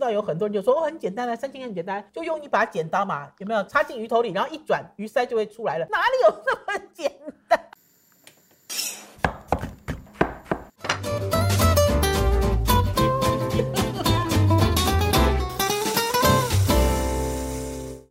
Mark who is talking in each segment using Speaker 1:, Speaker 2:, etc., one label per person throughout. Speaker 1: 到有很多人就说哦很简单啊，三千很简单，就用一把剪刀嘛，有没有插进鱼头里，然后一转，鱼鳃就会出来了，哪里有这么简单？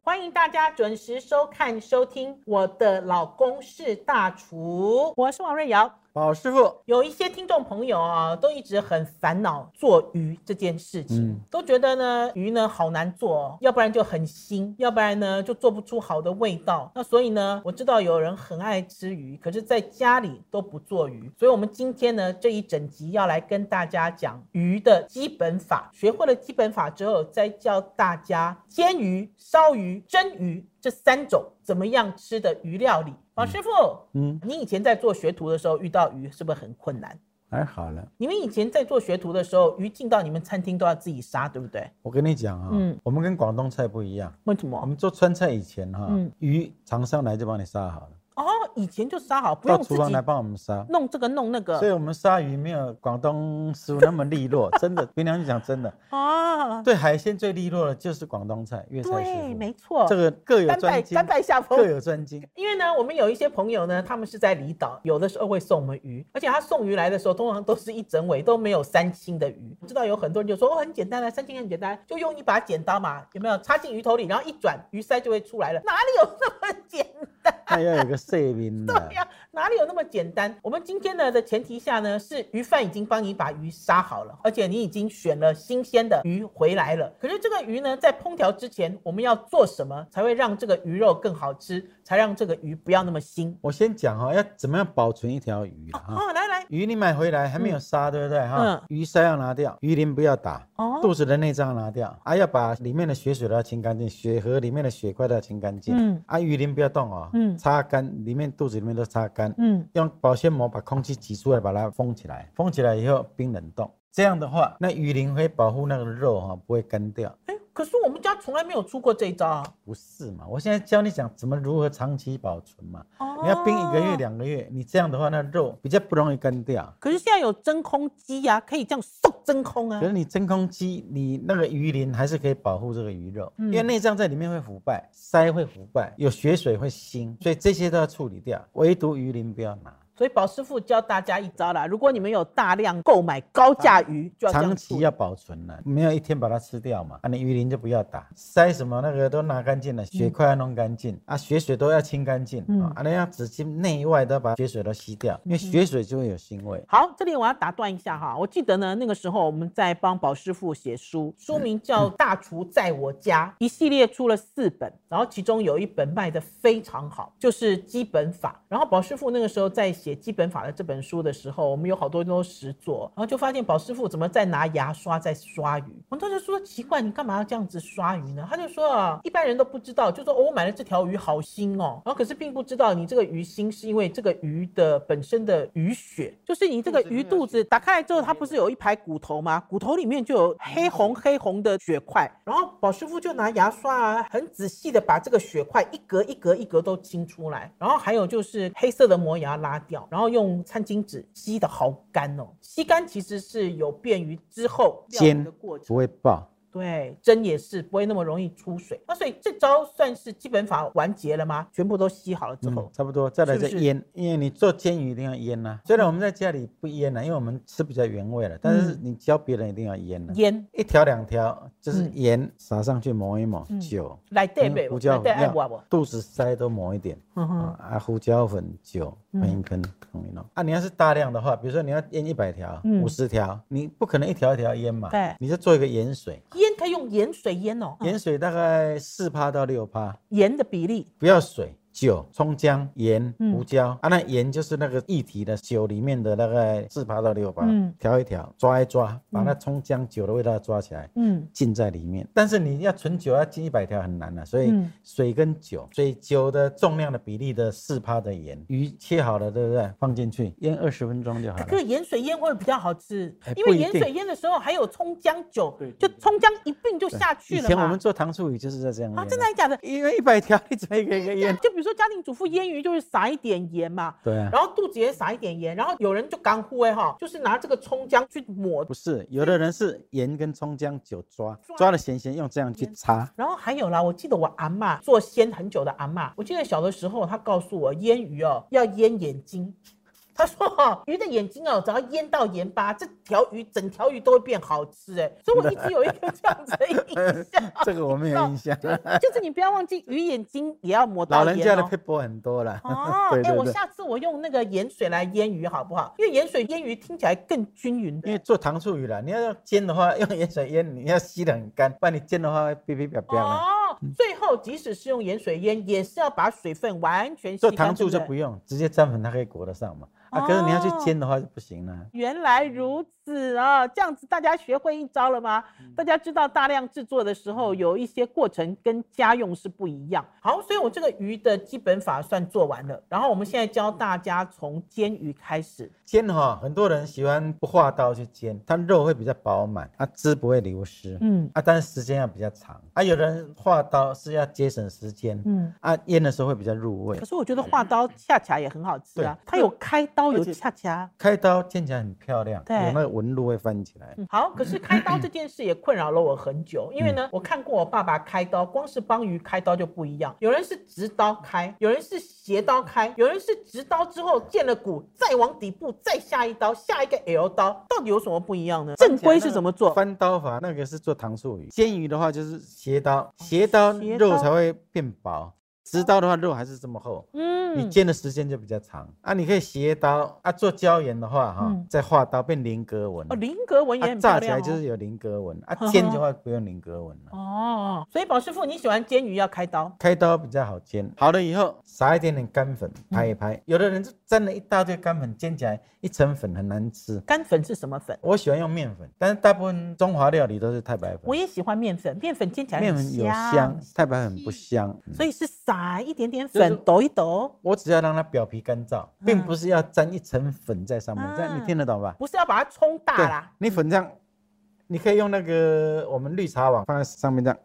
Speaker 1: 欢迎大家准时收看、收听《我的老公是大厨》，我是王瑞瑶。
Speaker 2: 宝师傅，
Speaker 1: 有一些听众朋友啊，都一直很烦恼做鱼这件事情，
Speaker 2: 嗯
Speaker 1: 都觉得呢鱼呢好难做、哦，要不然就很腥，要不然呢就做不出好的味道。那所以呢，我知道有人很爱吃鱼，可是在家里都不做鱼。所以我们今天呢这一整集要来跟大家讲鱼的基本法，学会了基本法之后，再教大家煎鱼、烧鱼、蒸鱼这三种怎么样吃的鱼料理。老师傅，
Speaker 2: 嗯，
Speaker 1: 你以前在做学徒的时候遇到鱼是不是很困难？
Speaker 2: 还哎好了。
Speaker 1: 你们以前在做学徒的时候，鱼进到你们餐厅都要自己杀，对不对？
Speaker 2: 我跟你讲啊、
Speaker 1: 嗯
Speaker 2: 我们跟广东菜不一样，
Speaker 1: 为什
Speaker 2: 我
Speaker 1: 么？
Speaker 2: 们做川菜以前哈、
Speaker 1: 嗯
Speaker 2: 鱼厂商来就帮你杀好了，
Speaker 1: 哦，以前就杀好，不
Speaker 2: 到
Speaker 1: 用自
Speaker 2: 厨房来
Speaker 1: 己嗯
Speaker 2: 帮我们杀。
Speaker 1: 弄这个弄那
Speaker 2: 所以，
Speaker 1: 个
Speaker 2: 我们杀鱼没有广东师傅那么利落，真的，凭良心讲，真的，
Speaker 1: 啊。
Speaker 2: 对海鲜最利落的就是广东菜、粤菜师
Speaker 1: 对，
Speaker 2: 傅，
Speaker 1: 没错，
Speaker 2: 这个各有
Speaker 1: 甘拜
Speaker 2: 专精
Speaker 1: 甘，拜下风
Speaker 2: 各。有专精。
Speaker 1: 因为呢，我们有一些朋友呢，他们是在离岛，有的时候会送我们鱼，而且他送鱼来的时候，通常都是一整尾都没有三清的鱼。知道有很多人就说哦，很简单啊，三清很简单，就用一把剪刀嘛，有没有插进鱼头里，然后一转，鱼鳃就会出来了，哪里有那么简单？
Speaker 2: 那要有个睡眠的
Speaker 1: 对，呀、哪里有那么简单？我们今天呢的前提下呢，是鱼贩已经帮你把鱼杀好了，而且你已经选了新鲜的鱼回来了。可是这个鱼呢，在烹调之前，我们要做什么才会让这个鱼肉更好吃，才让这个鱼不要那么腥？
Speaker 2: 我先讲哈、要怎么样保存一条鱼了哈、
Speaker 1: 哦，来来，
Speaker 2: 鱼你买回来还没有杀，对不对哈？
Speaker 1: 嗯
Speaker 2: 鱼鳃要拿掉，鱼鳞不要打，
Speaker 1: 哦，
Speaker 2: 肚子的内脏要拿掉，啊，要把里面的血水都要清干净，血和里面的血块都要清干净。
Speaker 1: 嗯
Speaker 2: 啊，鱼鳞不要动哦，
Speaker 1: 嗯
Speaker 2: 擦干，里面肚子里面都擦干，
Speaker 1: 嗯，
Speaker 2: 用保鲜膜把空气挤出来，把它封起来，封起来以后冰冷冻。这样的话，那鱼鳞会保护那个肉哈、不会干掉。
Speaker 1: 哎，可是我们家从来没有出过这一招啊。
Speaker 2: 不是嘛？我现在教你讲怎么如何长期保存嘛。
Speaker 1: 哦
Speaker 2: 你要冰一个月、。两个月，你这样的话，那肉比较不容易干掉。
Speaker 1: 可是现在有真空机呀、可以这样送真空啊
Speaker 2: 可。是你真空机，你那个鱼鳞还是可以保护这个鱼肉，
Speaker 1: 嗯
Speaker 2: 因为内脏在里面会腐败，鳃会腐败，有血水会腥，所以这些都要处理掉，唯独鱼鳞不要拿。
Speaker 1: 所以宝师傅教大家一招啦，如果你们有大量购买高价鱼，就要这样
Speaker 2: 长
Speaker 1: 处
Speaker 2: 期
Speaker 1: 理
Speaker 2: 要保存了，没有一天把它吃掉嘛。啊，你鱼鳞就不要打，鳃什么那个都拿干净了，血块要弄干净、啊，血水都要清干净、
Speaker 1: 嗯
Speaker 2: 啊，啊，那要纸巾内外都要把血水都吸掉，因为血水就会有腥味。
Speaker 1: 好，这里我要打断一下哈，我记得呢，那个时候我们在帮宝师傅写书，书名叫《大厨在我家》，一系列出了四本，然后其中有一本卖的非常好，就是《基本法》。然后宝师傅那个时候在写《基本法》的这本书的时候，我们有好多都实做，然后就发现宝师傅怎么在拿牙刷在刷鱼，我当时说奇怪，你干嘛要这样子刷鱼呢？他就说啊，一般人都不知道，就说哦，我买了这条鱼好腥哦，然后可是并不知道你这个鱼腥是因为这个鱼的本身的鱼血，就是你这个鱼肚子打开来之后，它不是有一排骨头吗？骨头里面就有黑红黑红的血块，然后宝师傅就拿牙刷啊，很仔细的把这个血块一格一格一格都清出来，然后还有就是黑色的磨牙拉掉，然后用餐巾纸吸的好干哦，吸干其实是有便于之后料理
Speaker 2: 煎
Speaker 1: 的过程。
Speaker 2: 不会爆，
Speaker 1: 对，蒸也是不会那么容易出水。那所以这招算是基本法完结了吗？全部都吸好了之
Speaker 2: 嗯
Speaker 1: 后，，
Speaker 2: 差不多，再来
Speaker 1: 是不
Speaker 2: 再
Speaker 1: 是
Speaker 2: 腌，因为你做煎鱼一定要腌呐、虽然我们在家里不腌了、啊因为我们吃比较原味了，但是
Speaker 1: 嗯
Speaker 2: 你教别人一定要腌了、啊
Speaker 1: 腌
Speaker 2: 一条两条就是
Speaker 1: 嗯
Speaker 2: 盐撒上去抹一抹，
Speaker 1: 嗯
Speaker 2: 酒、
Speaker 1: 来对呗，
Speaker 2: 胡椒
Speaker 1: 来
Speaker 2: 粉
Speaker 1: 对爱
Speaker 2: 料
Speaker 1: 我不？
Speaker 2: 肚子塞都抹一点、
Speaker 1: 嗯哼，
Speaker 2: 啊，胡椒粉、酒
Speaker 1: 嗯
Speaker 2: 喷一喷，弄一弄。啊，你要是大量的话，比如说你要腌一百条、
Speaker 1: 嗯
Speaker 2: 五十条，你不可能一条一条腌嘛，
Speaker 1: 对
Speaker 2: 你就做一个盐水，
Speaker 1: 腌可以用盐水腌哦，
Speaker 2: 盐水大概四趴到六趴，
Speaker 1: 盐的比例
Speaker 2: 不要水、酒、葱姜、盐、
Speaker 1: 嗯
Speaker 2: 胡椒、啊，那盐就是那个液体的酒里面的大概四趴到六趴
Speaker 1: 嗯，
Speaker 2: 调一调，抓一抓，把那葱姜酒的味道抓起来。
Speaker 1: 嗯，
Speaker 2: 浸在里面，但是你要存酒要浸一百条很难了、啊所以
Speaker 1: 嗯
Speaker 2: 水跟酒，所以酒的重量的比例的四趴的盐，鱼切好了，对不对？放进去腌二十分钟就好
Speaker 1: 可
Speaker 2: 了。
Speaker 1: 是盐水腌会比较好吃
Speaker 2: 哎，
Speaker 1: 因
Speaker 2: 不
Speaker 1: 为
Speaker 2: 一
Speaker 1: 盐
Speaker 2: 定
Speaker 1: 水腌的时候还有葱姜酒
Speaker 2: 对，对
Speaker 1: 就葱姜一并就下
Speaker 2: 以
Speaker 1: 去了
Speaker 2: 前我嗯
Speaker 1: 嘛
Speaker 2: 们。做糖醋鱼就是在这样腌、
Speaker 1: 啊，真的还假的？
Speaker 2: 因为一百条你怎么一个一个腌？
Speaker 1: 就比如时候家庭主妇腌鱼就是撒一点盐嘛，
Speaker 2: 对啊，
Speaker 1: 然后肚子也撒一点盐，然后有人就干呼哎哈，就是拿这个葱姜去抹
Speaker 2: 不。是，有的人是盐跟葱姜酒抓，
Speaker 1: 抓
Speaker 2: 抓了咸咸用这样去 擦，。
Speaker 1: 然后还有啦，我记得我阿嬷做鲜很久的阿嬷，我记得小的时候她告诉我腌鱼哦要腌眼睛， 她说哦鱼的眼睛哦只要腌到盐巴，这条鱼整条鱼都会变好吃哎，所以我一直有一个 这样子的印象
Speaker 2: 这个我没有印象。
Speaker 1: 就是你不要忘记，鱼眼睛也要抹到
Speaker 2: 老
Speaker 1: 盐、哦。
Speaker 2: 人家的 p e 很多了，，
Speaker 1: 哦哎、
Speaker 2: 对对
Speaker 1: 我
Speaker 2: 对。
Speaker 1: 下次我用那个盐水来腌鱼好不好？因为盐水腌鱼听起来更均匀
Speaker 2: 因
Speaker 1: 的。
Speaker 2: 为做糖醋鱼啦，你要用煎的话，用盐水腌，你要吸得很干，不然你煎的话会哔哔表表啊。
Speaker 1: 哦，最后即使是用盐水腌，也是要把水分完全吸
Speaker 2: 做
Speaker 1: 干。
Speaker 2: 糖醋
Speaker 1: 对哦
Speaker 2: 就
Speaker 1: 不
Speaker 2: 不
Speaker 1: 对。
Speaker 2: 用，直接沾粉它可以裹得上嘛。啊，可是你要去煎的话就不行了。
Speaker 1: 原来
Speaker 2: 嗯
Speaker 1: 如此啊，这样子大家学会一招了吗？大
Speaker 2: 嗯
Speaker 1: 家知道大量制作的时候有一些过程跟家用是不一样。好，所以我这个鱼的基本法算做完了，然后我们现在教大家从煎鱼开始。
Speaker 2: 煎哈，很多人喜欢不划刀去煎，它肉会比较饱满，啊汁不会流失，
Speaker 1: 嗯
Speaker 2: 啊，但是时间要比较长。啊，有的人划刀是要节省时间，
Speaker 1: 嗯。
Speaker 2: 啊腌的时候会比较入味
Speaker 1: 可。是我觉得画刀恰恰也很好吃啊
Speaker 2: 嗯对，
Speaker 1: 它有开刀有
Speaker 2: 而且
Speaker 1: 恰恰。
Speaker 2: 开刀煎起来很漂亮，
Speaker 1: 对
Speaker 2: 有那个纹路会翻起来。
Speaker 1: 嗯好，可是开刀这件事也困扰了我很久，因为呢，我看过我爸爸开刀，光是帮鱼开刀就不一样，有人是直刀开，有人是斜刀开，有人是直刀之后见了骨，再往底部再下一刀，下一个 L 刀，到底有什么不一样呢？正规是怎么做？
Speaker 2: 翻刀法那个是做糖醋鱼，煎鱼的话就是斜刀，斜刀
Speaker 1: 哦斜
Speaker 2: 肉
Speaker 1: 刀哦
Speaker 2: 才会变薄，直刀的话肉还是这么厚。你
Speaker 1: 嗯，
Speaker 2: 煎的时间就比较长啊，你可以斜刀啊，做椒盐的话哈
Speaker 1: 嗯，
Speaker 2: 再划刀变菱格纹
Speaker 1: 哦，，菱格纹也
Speaker 2: 啊
Speaker 1: 很漂
Speaker 2: 炸起
Speaker 1: 亮
Speaker 2: 来
Speaker 1: 哦。
Speaker 2: 就是有菱格纹，啊
Speaker 1: 呵呵
Speaker 2: 煎的话不用菱格纹了。
Speaker 1: 哦，所以宝师傅，你喜欢煎鱼要开刀？
Speaker 2: 开刀比较好煎，好了以后撒一点点干粉拍一
Speaker 1: 嗯
Speaker 2: 拍，有的人就沾了一大堆干粉，煎起来一层粉很难吃。
Speaker 1: 干粉是什么粉？
Speaker 2: 我喜欢用面粉，但是大部分中华料理都是太白
Speaker 1: 我
Speaker 2: 粉，
Speaker 1: 也喜欢面粉，面粉煎起来
Speaker 2: 面
Speaker 1: 很
Speaker 2: 粉有香，太白粉不香。
Speaker 1: 所以是撒一点点
Speaker 2: 就是
Speaker 1: 粉，抖一抖。
Speaker 2: 我只要让它表皮干燥，并不是要沾一层粉在上面，这样你
Speaker 1: 嗯
Speaker 2: 听得懂吧？
Speaker 1: 不是要把它冲大
Speaker 2: 对
Speaker 1: 啦，，
Speaker 2: 你粉这样，你可以用那个我们绿茶网放在上面这样，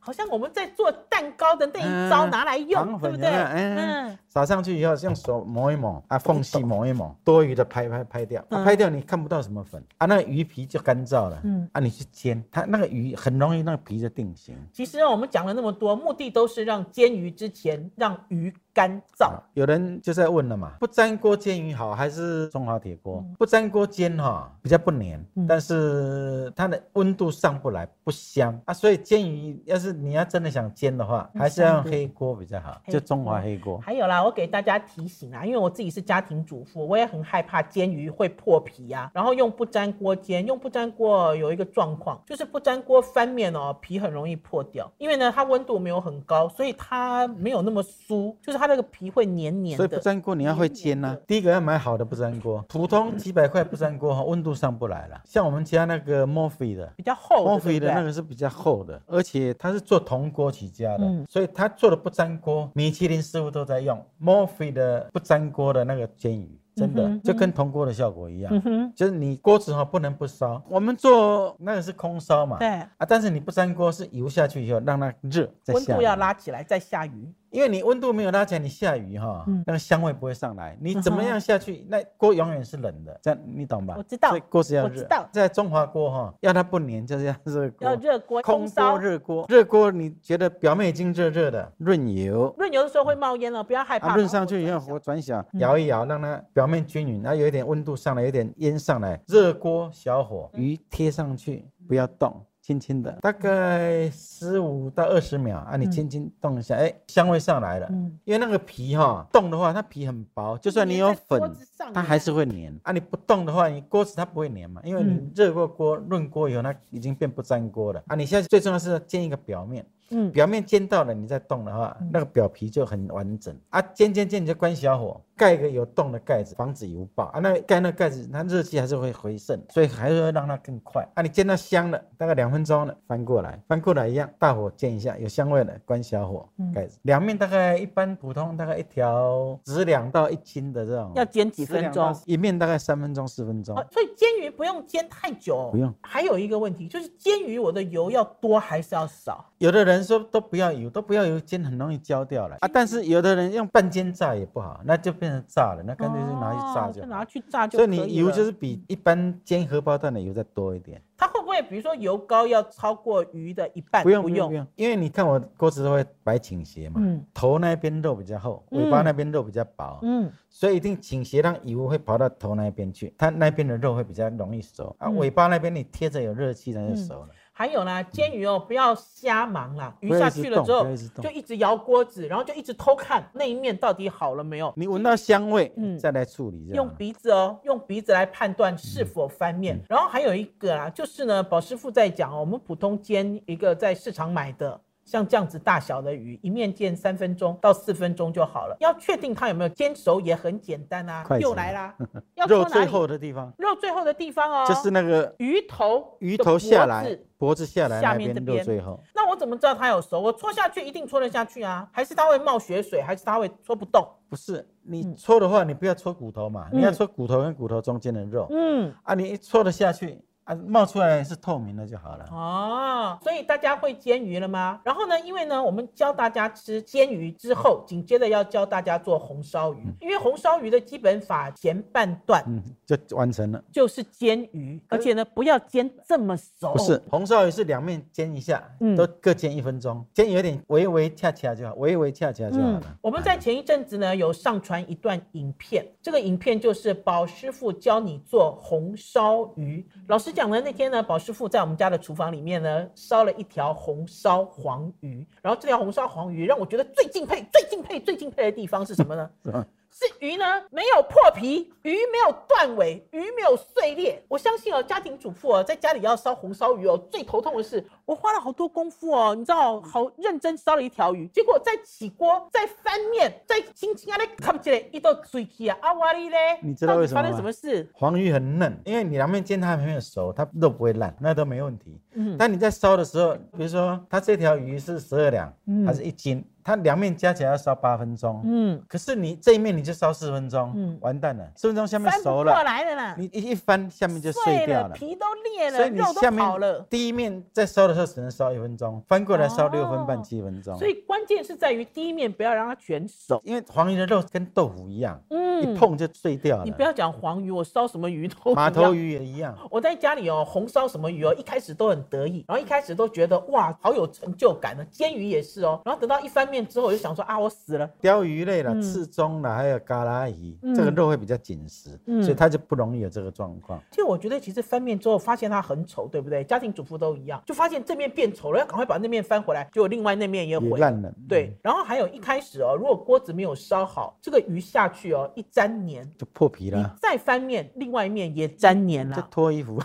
Speaker 1: 好像我们在做蛋糕的那一招
Speaker 2: 嗯
Speaker 1: 拿来用，
Speaker 2: 糖
Speaker 1: 对
Speaker 2: 粉
Speaker 1: 不
Speaker 2: 有
Speaker 1: 对？
Speaker 2: 没有嗯
Speaker 1: 嗯，，
Speaker 2: 撒上去以后用手抹一抹，啊，缝隙抹一抹，多余的拍拍拍掉，啊
Speaker 1: 嗯
Speaker 2: 拍掉你看不到什么粉啊，那个鱼皮就干燥了，
Speaker 1: 嗯
Speaker 2: 啊，你去煎它那个鱼很容易那个皮就定型。
Speaker 1: 其实我们讲了那么多，目的都是让煎鱼之前让鱼干燥
Speaker 2: 啊。有人就在问了嘛，不粘锅煎鱼好还是中华铁锅？不粘锅煎哈、比较不粘，
Speaker 1: 嗯
Speaker 2: 但是它的温度上不来，不香啊。所以煎鱼要是你要真的想煎的话，
Speaker 1: 嗯
Speaker 2: 还是要用黑锅比较好，
Speaker 1: 黑
Speaker 2: 就中华黑锅。
Speaker 1: 还有啦，我给大家提醒啊，因为我自己是家庭主妇，我也很害怕煎鱼会破皮啊。然后用不粘锅煎，用不粘锅有一个状况，就是不粘锅翻面哦，皮很容易破掉，因为呢它温度没有很高，所以它没有那么酥，就是它那个皮会黏黏
Speaker 2: 所以不
Speaker 1: 的。
Speaker 2: 粘锅你要会煎呐、
Speaker 1: 黏黏的
Speaker 2: 第一个要买好的不粘锅，普通几百块不粘锅哈，温度上不来了。像我们家那个 Morphe 的，
Speaker 1: 比较厚的，对
Speaker 2: 莫菲
Speaker 1: 不
Speaker 2: 的
Speaker 1: 对
Speaker 2: 那个是啊比较厚的，而且它是做铜锅起家的，
Speaker 1: 嗯
Speaker 2: 所以它做的不粘锅，米其林师傅都在用莫菲的不粘锅的那个煎鱼，真的、
Speaker 1: 嗯哼
Speaker 2: 就跟铜锅的效果一样。
Speaker 1: 嗯哼，
Speaker 2: 就是你锅子哈不能不烧，我们做那个是空烧嘛，
Speaker 1: 对
Speaker 2: 啊，但是你不粘锅是油下去以后让它热，再
Speaker 1: 温
Speaker 2: 下
Speaker 1: 度
Speaker 2: 来
Speaker 1: 要，拉起来再下鱼。
Speaker 2: 因为你温度没有拉起来，你下雨哈、
Speaker 1: 嗯
Speaker 2: 那个香味不会上来，你怎么
Speaker 1: 嗯哼
Speaker 2: 样下去，那锅永远是冷的，这样你懂吧？
Speaker 1: 我知道
Speaker 2: 所以锅子要
Speaker 1: 我
Speaker 2: 热，
Speaker 1: 知道
Speaker 2: 在中华锅哈、要它不粘就是要热锅，
Speaker 1: 要热哦锅
Speaker 2: 空
Speaker 1: 烧
Speaker 2: 锅、。热锅，热锅你觉得表面已经热热的，润油，
Speaker 1: 润油的时候会冒烟了，不要害怕。哦
Speaker 2: 啊，润上去以后火转小，
Speaker 1: 嗯
Speaker 2: 摇一摇，让它表面均匀，然后有一点温度上来，有点烟上来，热锅小火，
Speaker 1: 嗯
Speaker 2: 鱼贴上去，不要动。轻轻的，大概十五到二十秒啊，你
Speaker 1: 嗯
Speaker 2: 轻轻动一下，哎，香味上来了。
Speaker 1: 嗯，
Speaker 2: 因为那个皮哈、动的话，它皮很薄，就算你有粉
Speaker 1: 粘在锅子上，面
Speaker 2: 它还是会粘啊。你不动的话，你锅子它不会粘嘛，因为你
Speaker 1: 嗯
Speaker 2: 热过锅、润锅以后，它已经变不粘锅了啊。你现在最重要是要煎一个表面，
Speaker 1: 嗯
Speaker 2: 表面煎到了，你再动的话，那个表皮就很完整啊。煎煎煎，你就关小火，盖一个有洞的盖子，防止油爆啊。那个盖那个盖子，它热气还是会回渗，所以还是会让它更快啊。你煎到香了，大概两分钟了，翻过来，翻过来一样，大火煎一下，有香味了，关小火
Speaker 1: 嗯，
Speaker 2: 盖子。两面大概一般普通大概一条只两到一斤的这种，
Speaker 1: 要煎几
Speaker 2: 10两
Speaker 1: 分
Speaker 2: 到
Speaker 1: 钟？
Speaker 2: 一面大概三分钟四分钟
Speaker 1: 哦，，所以煎鱼不用煎太久。
Speaker 2: 不用。
Speaker 1: 还有一个问题就是煎鱼，我的油要多还是要少？
Speaker 2: 有的人人说都不要油，都不要油煎，很容易焦掉了啊。但是有的人用半煎炸也不好，那就变成炸了，那干脆就拿去炸
Speaker 1: 哦
Speaker 2: 就
Speaker 1: 就
Speaker 2: 好。
Speaker 1: 拿去炸就
Speaker 2: 所
Speaker 1: 可
Speaker 2: 以
Speaker 1: 以
Speaker 2: 你油
Speaker 1: 了
Speaker 2: 就是比一般煎荷包蛋的油再多一点，
Speaker 1: 它会不会比如说油膏要超过鱼的一半？
Speaker 2: 不用不用不用，因为你看我锅子都会摆倾斜嘛，
Speaker 1: 嗯
Speaker 2: 头那边肉比较厚，尾巴
Speaker 1: 嗯
Speaker 2: 那边肉比较薄，
Speaker 1: 嗯
Speaker 2: 所以一定倾斜让油会跑到头那边去，它那边的肉会比较容易熟啊，
Speaker 1: 嗯
Speaker 2: 尾巴那边你贴着有热气，它就熟了。
Speaker 1: 还有呢，煎鱼哦，不要瞎忙啦，鱼
Speaker 2: 不要
Speaker 1: 下
Speaker 2: 一直
Speaker 1: 去了
Speaker 2: 动
Speaker 1: 之
Speaker 2: 不
Speaker 1: 后
Speaker 2: 要一直动
Speaker 1: 就一直摇锅子，然后就一直偷看那一面到底好了没有。
Speaker 2: 你闻到香味，
Speaker 1: 嗯
Speaker 2: 再来处理这样
Speaker 1: 用
Speaker 2: 啊。
Speaker 1: 鼻子哦，用鼻子来判断是否翻面。
Speaker 2: 嗯
Speaker 1: 然后还有一个啊，就是呢，宝师傅在讲哦，我们普通煎一个在市场买的。像这样子大小的鱼，一面煎三分钟到四分钟就好了。要确定它有没有煎熟也很简单啊
Speaker 2: 筷，子
Speaker 1: 又
Speaker 2: 嘛
Speaker 1: 来 啦，要
Speaker 2: 肉
Speaker 1: 戳哪
Speaker 2: 最
Speaker 1: 里
Speaker 2: 厚的地方
Speaker 1: 肉最后的地方哦，
Speaker 2: 就是那个
Speaker 1: 鱼头
Speaker 2: 鱼
Speaker 1: 的
Speaker 2: 头下
Speaker 1: 脖
Speaker 2: 来
Speaker 1: 子，
Speaker 2: 脖子下来
Speaker 1: 下
Speaker 2: 那
Speaker 1: 面
Speaker 2: 边
Speaker 1: 这
Speaker 2: 肉
Speaker 1: 边
Speaker 2: 最厚。
Speaker 1: 那我怎么知道它有熟？我戳下去一定戳得下去啊？还是它会冒血水？还是它会戳不动？
Speaker 2: 不是你
Speaker 1: 嗯
Speaker 2: 搓的话，你不要搓骨头嘛，你要
Speaker 1: 嗯
Speaker 2: 搓骨头跟骨头中间的肉
Speaker 1: 嗯，
Speaker 2: 啊，你一搓得下去啊，冒出来是透明的就好了。
Speaker 1: 哦，所以大家会煎鱼了吗？然后呢，因为呢，我们教大家吃煎鱼之后，紧接着要教大家做红烧鱼，因为红烧鱼的基本法前半段
Speaker 2: 嗯，就完成了。
Speaker 1: 就是煎鱼，而且呢，不要煎这么熟，
Speaker 2: 不是，红烧鱼是两面煎一下，
Speaker 1: 哦嗯
Speaker 2: 都各煎一分钟，煎有点微微恰恰就好，微微恰恰就好
Speaker 1: 嗯
Speaker 2: 了。，哎
Speaker 1: 我们在前一阵子呢有上传一段影片，这个影片就是宝师傅教你做红烧鱼。老实讲呢，那天呢，宝师傅在我们家的厨房里面呢烧了一条红烧黄鱼，然后这条红烧黄鱼让我觉得最敬佩、最敬佩、最敬佩的地方是什么呢？
Speaker 2: 是吧
Speaker 1: 是鱼呢没有破皮，鱼没有断尾，鱼没有碎裂。我相信哦，家庭主妇哦，在家里要烧红烧鱼哦，最头痛的是我花了好多功夫哦，你知道，好认真烧了一条鱼，结果在起锅、在翻面、在轻轻啊嘞，看不见一道水起啊，啊哇哩嘞，
Speaker 2: 你知道为什么吗
Speaker 1: 到底发生什么事？
Speaker 2: 黄鱼很嫩，因为你两面煎它还没有熟，它肉不会烂，那都没问题。
Speaker 1: 嗯
Speaker 2: 但你在烧的时候，比如说它这条鱼是十二两，
Speaker 1: 嗯
Speaker 2: 还是一斤，它两面加起来要烧八分钟。
Speaker 1: 嗯，
Speaker 2: 可是你这一面你就烧四分钟，
Speaker 1: 嗯
Speaker 2: 完蛋了，四分钟下面
Speaker 1: 翻嗯不
Speaker 2: 熟
Speaker 1: 过
Speaker 2: 了，
Speaker 1: 来了啦，
Speaker 2: 你一一翻下面就碎掉了。
Speaker 1: 皮都裂
Speaker 2: 所
Speaker 1: 了，
Speaker 2: 以你
Speaker 1: 肉
Speaker 2: 下
Speaker 1: 都
Speaker 2: 面哦
Speaker 1: 跑了。
Speaker 2: 第一面在烧的时候只能烧一分钟，翻过来烧六分半
Speaker 1: 哦
Speaker 2: 七分钟。
Speaker 1: 所以关键是在于第一面不要让它全熟，
Speaker 2: 因为黄鱼的肉跟豆腐一样，
Speaker 1: 嗯
Speaker 2: 一碰就碎掉了。
Speaker 1: 你不要讲黄鱼，我烧什么鱼都一
Speaker 2: 马
Speaker 1: 样
Speaker 2: 头鱼也一样，
Speaker 1: 我在家里哦，红烧什么鱼哦，一开始都很得意，然后一开始都觉得哇，好有成就感呢。煎鱼也是哦，然后等到一翻面之后，我就想说啊，我死了。
Speaker 2: 鲷鱼类啦、
Speaker 1: 嗯
Speaker 2: 刺中啦，还有嘎啦鱼，
Speaker 1: 嗯
Speaker 2: 这个肉会比较紧实，
Speaker 1: 嗯
Speaker 2: 所以它就不容易有这个状况。
Speaker 1: 其实我觉得，其实翻面之后发现它很丑，对不对？家庭主妇都一样，就发现这面变丑了，要赶快把那面翻回来，结果另外那面也
Speaker 2: 也
Speaker 1: 毁了。
Speaker 2: 烂嗯了，
Speaker 1: 对，然后还有一开始哦，如果锅子没有烧好，这个鱼下去哦，一粘黏，
Speaker 2: 就破皮
Speaker 1: 你
Speaker 2: 了，
Speaker 1: 再翻面，另外一面也粘黏
Speaker 2: 就
Speaker 1: 了。
Speaker 2: 脱衣 服，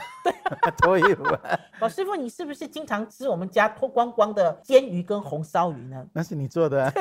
Speaker 2: 脱衣服，
Speaker 1: 老师傅，你是不是经常吃我们家脱光光的煎鱼跟红烧鱼呢？
Speaker 2: 那是你 做的、啊，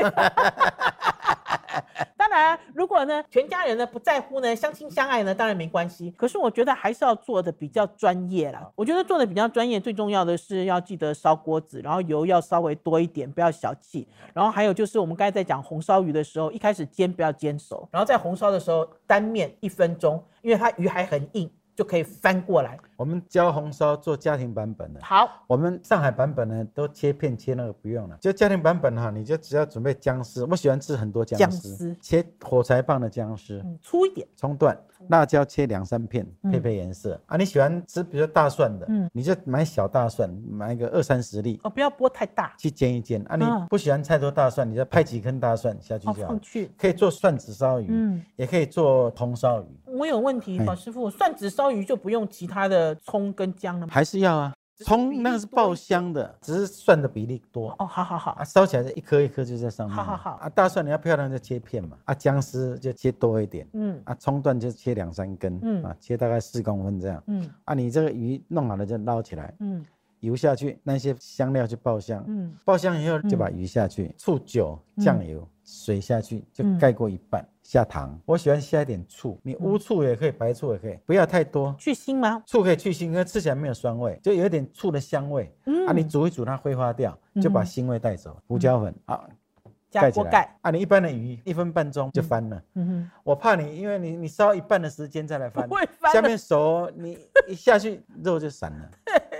Speaker 1: 当然，如果呢全家人呢不在乎呢，相亲相爱呢，当然没关系。可是我觉得还是要做的比较专业啦。我觉得做的比较专业，最重要的是要记得烧锅子，然后油要稍微多一点，不要小气。然后还有就是我们刚才在讲红烧鱼的时候，一开始煎不要煎熟，然后在红烧的时候单面一分钟，因为它鱼还很硬，就可以翻过来。
Speaker 2: 我们教红烧做家庭版本的。
Speaker 1: 好，
Speaker 2: 我们上海版本呢，都切片切那个不用了，就家庭版本哈，你就只要准备姜丝，我喜欢吃很多姜丝，
Speaker 1: 姜丝
Speaker 2: 切火柴棒的姜丝，
Speaker 1: 嗯，粗一点，
Speaker 2: 葱段、辣椒切两三片，
Speaker 1: 嗯
Speaker 2: 配配颜色、啊。你喜欢吃，比如说大蒜的，
Speaker 1: 嗯
Speaker 2: 你就买小大蒜，买个二三十粒
Speaker 1: 哦，不要剥太大，
Speaker 2: 去煎一煎。啊，
Speaker 1: 嗯
Speaker 2: 你不喜欢太多大蒜，你就派几根大蒜下去
Speaker 1: 哦，
Speaker 2: 就好
Speaker 1: 放
Speaker 2: 了。
Speaker 1: 去。
Speaker 2: 可以做蒜子烧鱼，
Speaker 1: 嗯
Speaker 2: 也可以做红烧鱼，
Speaker 1: 我有问题，
Speaker 2: 哎
Speaker 1: 宝师傅，蒜子烧鱼就不用其他的葱跟姜了吗？
Speaker 2: 还是要啊。
Speaker 1: 只是比
Speaker 2: 葱
Speaker 1: 例
Speaker 2: 那个是
Speaker 1: 多
Speaker 2: 爆
Speaker 1: 一
Speaker 2: 香的，只是蒜的比例多。
Speaker 1: 哦，好好好
Speaker 2: 啊，，烧起来就一颗一颗就在上面了。
Speaker 1: 好好好
Speaker 2: 啊，大蒜你要漂亮就切片嘛，啊，姜丝就切多一点，
Speaker 1: 嗯
Speaker 2: 啊，葱段就切两三根，
Speaker 1: 嗯
Speaker 2: 啊，切大概四公分这样。
Speaker 1: 嗯
Speaker 2: 啊，你这个鱼弄好了就捞起来，
Speaker 1: 嗯
Speaker 2: 油下去，那些香料去爆香，
Speaker 1: 嗯，
Speaker 2: 爆香以后就把鱼下去，醋、酒、酱油、水下去，就
Speaker 1: 嗯
Speaker 2: 盖过一半，下糖。我喜欢下一点醋，你乌醋也可以，白醋也可以，不要太多。
Speaker 1: 去腥吗？
Speaker 2: 醋可以去腥，因为吃起来没有酸味，就有一点醋的香味。
Speaker 1: 嗯
Speaker 2: 啊，你煮一煮它挥发掉，就把腥味带走。胡椒粉啊，
Speaker 1: 加锅盖，
Speaker 2: 啊，你一般的鱼一分半钟就翻了。
Speaker 1: 嗯
Speaker 2: 我怕你，因为你你烧一半的时间再来翻，
Speaker 1: 不会翻的
Speaker 2: 下面熟你一下去肉就散 了，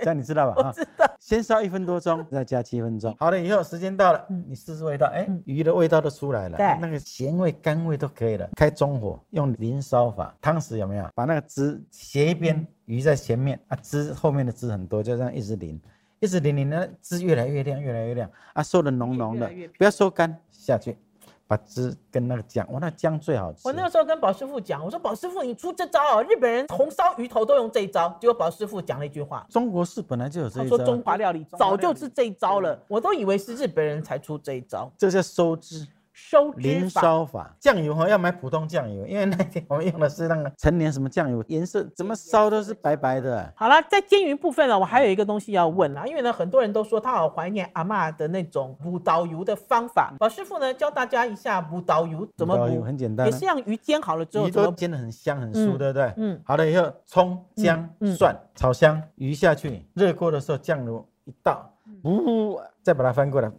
Speaker 2: 这样你知道吧？啊，
Speaker 1: 哼，知道。
Speaker 2: 先烧一分多钟，再加七分钟。好了，以后时间到了，你试试味道，哎
Speaker 1: 嗯，
Speaker 2: 鱼的味道都出来了，
Speaker 1: 对
Speaker 2: 那个咸味、甘味都可以了。开中火，用淋烧法，汤匙有没有？把那个汁斜一
Speaker 1: 嗯
Speaker 2: 边，鱼在前面啊，汁后面的汁很多，就这样一直淋。一直淋淋，那汁越来越亮，越来越亮啊，收的浓浓
Speaker 1: 越
Speaker 2: 的
Speaker 1: 来越，
Speaker 2: 不要收干，下去，把汁跟那个姜，哇，那姜最好吃。
Speaker 1: 我那个时候跟宝师傅讲，我说宝师傅你出这招哦，日本人红烧鱼头都用这一招。结果宝师傅讲了一句话，
Speaker 2: 中国式本来就有这
Speaker 1: 他
Speaker 2: 一
Speaker 1: 说中
Speaker 2: 招，
Speaker 1: 华料理早就是这一招了，我都以为是日本人才出这一招，
Speaker 2: 这叫收汁
Speaker 1: 收汁
Speaker 2: 淋
Speaker 1: 法。
Speaker 2: 烧法。酱油哦哈要买普通酱油，因为那天我们用的是那个陈年什么酱油，颜色怎么烧都是白白的。
Speaker 1: 好了，在煎鱼部分啊呢，我还有一个东西要问啦，因为呢，很多人都说他好怀念阿嬷的那种补导油的方法。宝师傅呢，教大家一下补导油怎么
Speaker 2: 你知道
Speaker 1: 补，
Speaker 2: 很简单
Speaker 1: 也
Speaker 2: 啊
Speaker 1: 是，让鱼煎好了之后
Speaker 2: 鱼
Speaker 1: 怎
Speaker 2: 都
Speaker 1: 么补
Speaker 2: 煎得很香很酥，
Speaker 1: 嗯
Speaker 2: 对不对？
Speaker 1: 嗯
Speaker 2: 好了以后，葱、姜、
Speaker 1: 嗯
Speaker 2: 蒜炒香，鱼下去，热锅的时候酱油一倒，呜，再把它翻过来，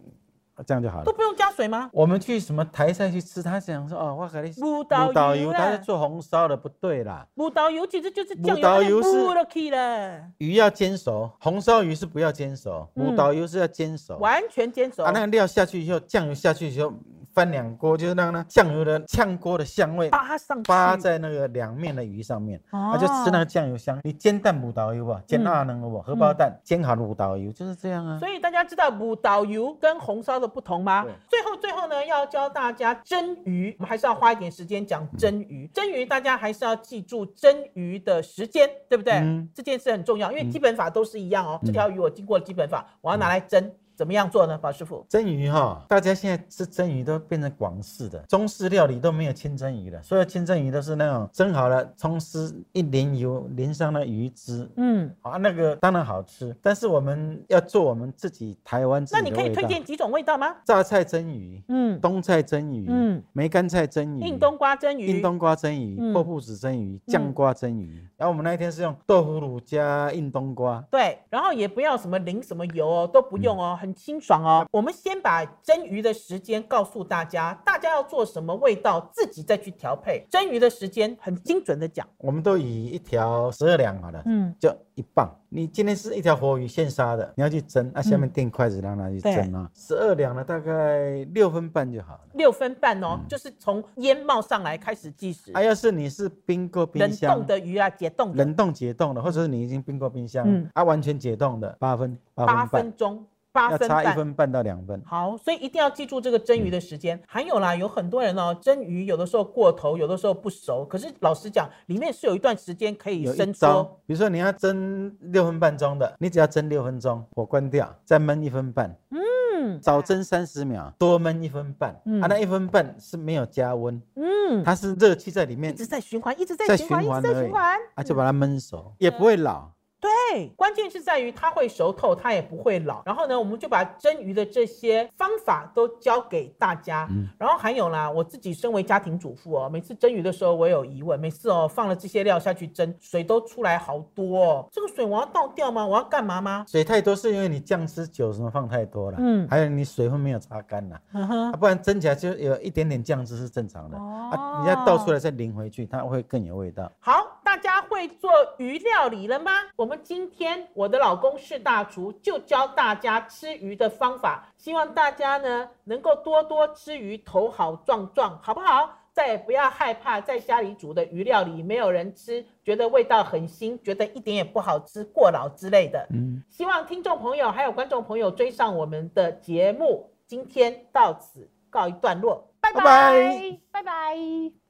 Speaker 2: 这样就好
Speaker 1: 嗯都
Speaker 2: 了。
Speaker 1: 不用加水吗？
Speaker 2: 我们去什么台菜去吃，他想说哦，我给你
Speaker 1: 不导油
Speaker 2: 他
Speaker 1: 啦
Speaker 2: 是，做红烧的，不对啦。
Speaker 1: 补导油其实就是
Speaker 2: 不
Speaker 1: 酱油，
Speaker 2: 导油是
Speaker 1: 补了去了，
Speaker 2: 鱼要煎熟，红烧鱼是不要煎熟，
Speaker 1: 嗯
Speaker 2: 五岛油是要煎熟。
Speaker 1: 完全煎熟
Speaker 2: 啊，。那个料下去以后，酱油下去以后翻两锅，就是让那酱油的炝锅的香味
Speaker 1: 扒上去，
Speaker 2: 扒在那个两面的鱼上面，
Speaker 1: 哦
Speaker 2: 啊，就吃那个酱油香。你煎蛋五岛油吧，煎
Speaker 1: 嗯
Speaker 2: 二能油吧，荷包蛋煎好的五岛油就是这样啊。
Speaker 1: 所以大家知道五岛油跟红烧的不同吗
Speaker 2: 对？
Speaker 1: 最后最后呢，要教大家蒸鱼，我们还是要花一点时间讲蒸鱼。蒸鱼大家还是要记住蒸鱼的时间，对不对？
Speaker 2: 嗯
Speaker 1: 这件事很重要，因为基本法都是一样哦。这条鱼我经过了基本法，我要拿来蒸，
Speaker 2: 嗯
Speaker 1: 怎么样做呢？宝师傅，
Speaker 2: 蒸鱼哈，大家现在吃蒸鱼都变成广式的，中式料理都没有清蒸鱼了，所有清蒸鱼都是那种蒸好了，葱丝一淋油，淋上那鱼汁，
Speaker 1: 嗯，
Speaker 2: 啊，那个当然好吃，但是我们要做我们自己台湾自
Speaker 1: 那你
Speaker 2: 己的
Speaker 1: 可
Speaker 2: 味道。
Speaker 1: 以推荐几种味道吗？
Speaker 2: 榨菜蒸鱼、
Speaker 1: 嗯，
Speaker 2: 冬菜蒸鱼、
Speaker 1: 嗯
Speaker 2: 梅干菜蒸鱼、
Speaker 1: 硬冬瓜蒸鱼，
Speaker 2: 硬冬瓜蒸鱼、
Speaker 1: 嗯
Speaker 2: 破布子蒸鱼、
Speaker 1: 嗯
Speaker 2: 酱瓜蒸鱼。然后我们那一天是用豆腐乳加硬冬瓜，
Speaker 1: 对，然后也不要什么淋什么油哦，都不用
Speaker 2: 嗯
Speaker 1: 哦，很清爽哦。我们先把蒸鱼的时间告诉大家，大家要做什么味道，自己再去调配。蒸鱼的时间很精准的讲，
Speaker 2: 我们都以一条十二两好了。
Speaker 1: 嗯，
Speaker 2: 就一磅，你今天是一条活鱼现杀的，你要去蒸，
Speaker 1: 嗯
Speaker 2: 啊，下面垫筷子让它去蒸啊，十二两呢，大概六分半就好了。
Speaker 1: 六分半哦，
Speaker 2: 嗯
Speaker 1: 就是从烟冒上来开始计时。
Speaker 2: 啊，要是你是冰过冰
Speaker 1: 冷冻
Speaker 2: 箱，
Speaker 1: 的鱼啊，解冻的
Speaker 2: 冷冻解冻的，或者是你已经冰过冰箱，
Speaker 1: 嗯
Speaker 2: 啊，完全解冻的，八分，
Speaker 1: 八
Speaker 2: 八分
Speaker 1: 分钟，八
Speaker 2: 半，要
Speaker 1: 分
Speaker 2: 差一
Speaker 1: 半。
Speaker 2: 分半到两分。
Speaker 1: 好，所以一定要记住这个蒸鱼的时间。还有啦，有很多人哦，蒸鱼有的时候过头，有的时候不熟。可是老实讲，里面是有一段时间可以
Speaker 2: 有
Speaker 1: 生
Speaker 2: 一
Speaker 1: 缩
Speaker 2: 招，。比如说你要蒸六分半钟的，你只要蒸六分钟，火关掉，再焖一分半，
Speaker 1: 嗯
Speaker 2: 少蒸三十秒，多焖一分半。
Speaker 1: 嗯
Speaker 2: 啊，那一分半是没有加温，
Speaker 1: 嗯。
Speaker 2: 它是热气在里面
Speaker 1: 一直在循环，一直在
Speaker 2: 在
Speaker 1: 循环，
Speaker 2: 循
Speaker 1: 一直
Speaker 2: 环
Speaker 1: 在
Speaker 2: 而
Speaker 1: 循
Speaker 2: 已
Speaker 1: 环。嗯
Speaker 2: 啊，就把它焖熟，也不会老。
Speaker 1: 对，关键是在于它会熟透，它也不会老。然后呢，我们就把蒸鱼的这些方法都教给大家。
Speaker 2: 嗯
Speaker 1: 然后还有啦，我自己身为家庭主妇哦，每次蒸鱼的时候我有疑问，每次哦放了这些料下去蒸，水都出来好多哦。这个水我要倒掉吗？我要干嘛 吗？
Speaker 2: 水太多是因为你酱汁酒什么放太多了，
Speaker 1: 嗯
Speaker 2: 嗯，还有你水分没有擦干呐、
Speaker 1: 嗯哦
Speaker 2: 啊，
Speaker 1: 哼，
Speaker 2: 不然蒸起来就有一点点酱汁是正常的，啊，你要倒出来再淋回去，它会更有味道。
Speaker 1: 好，大家会做鱼料理了吗？我们今天我的老公是大厨，就教大家吃鱼的方法，希望大家呢能够多多吃鱼，头好壮壮，好不好？再也不要害怕在家里煮的鱼料理没有人吃，觉得味道很腥，觉得一点也不好吃、过老之类的。
Speaker 2: 嗯，
Speaker 1: 希望听众朋友还有观众朋友追上我们的节目，今天到此告一段落，拜
Speaker 2: 拜拜
Speaker 3: 拜拜。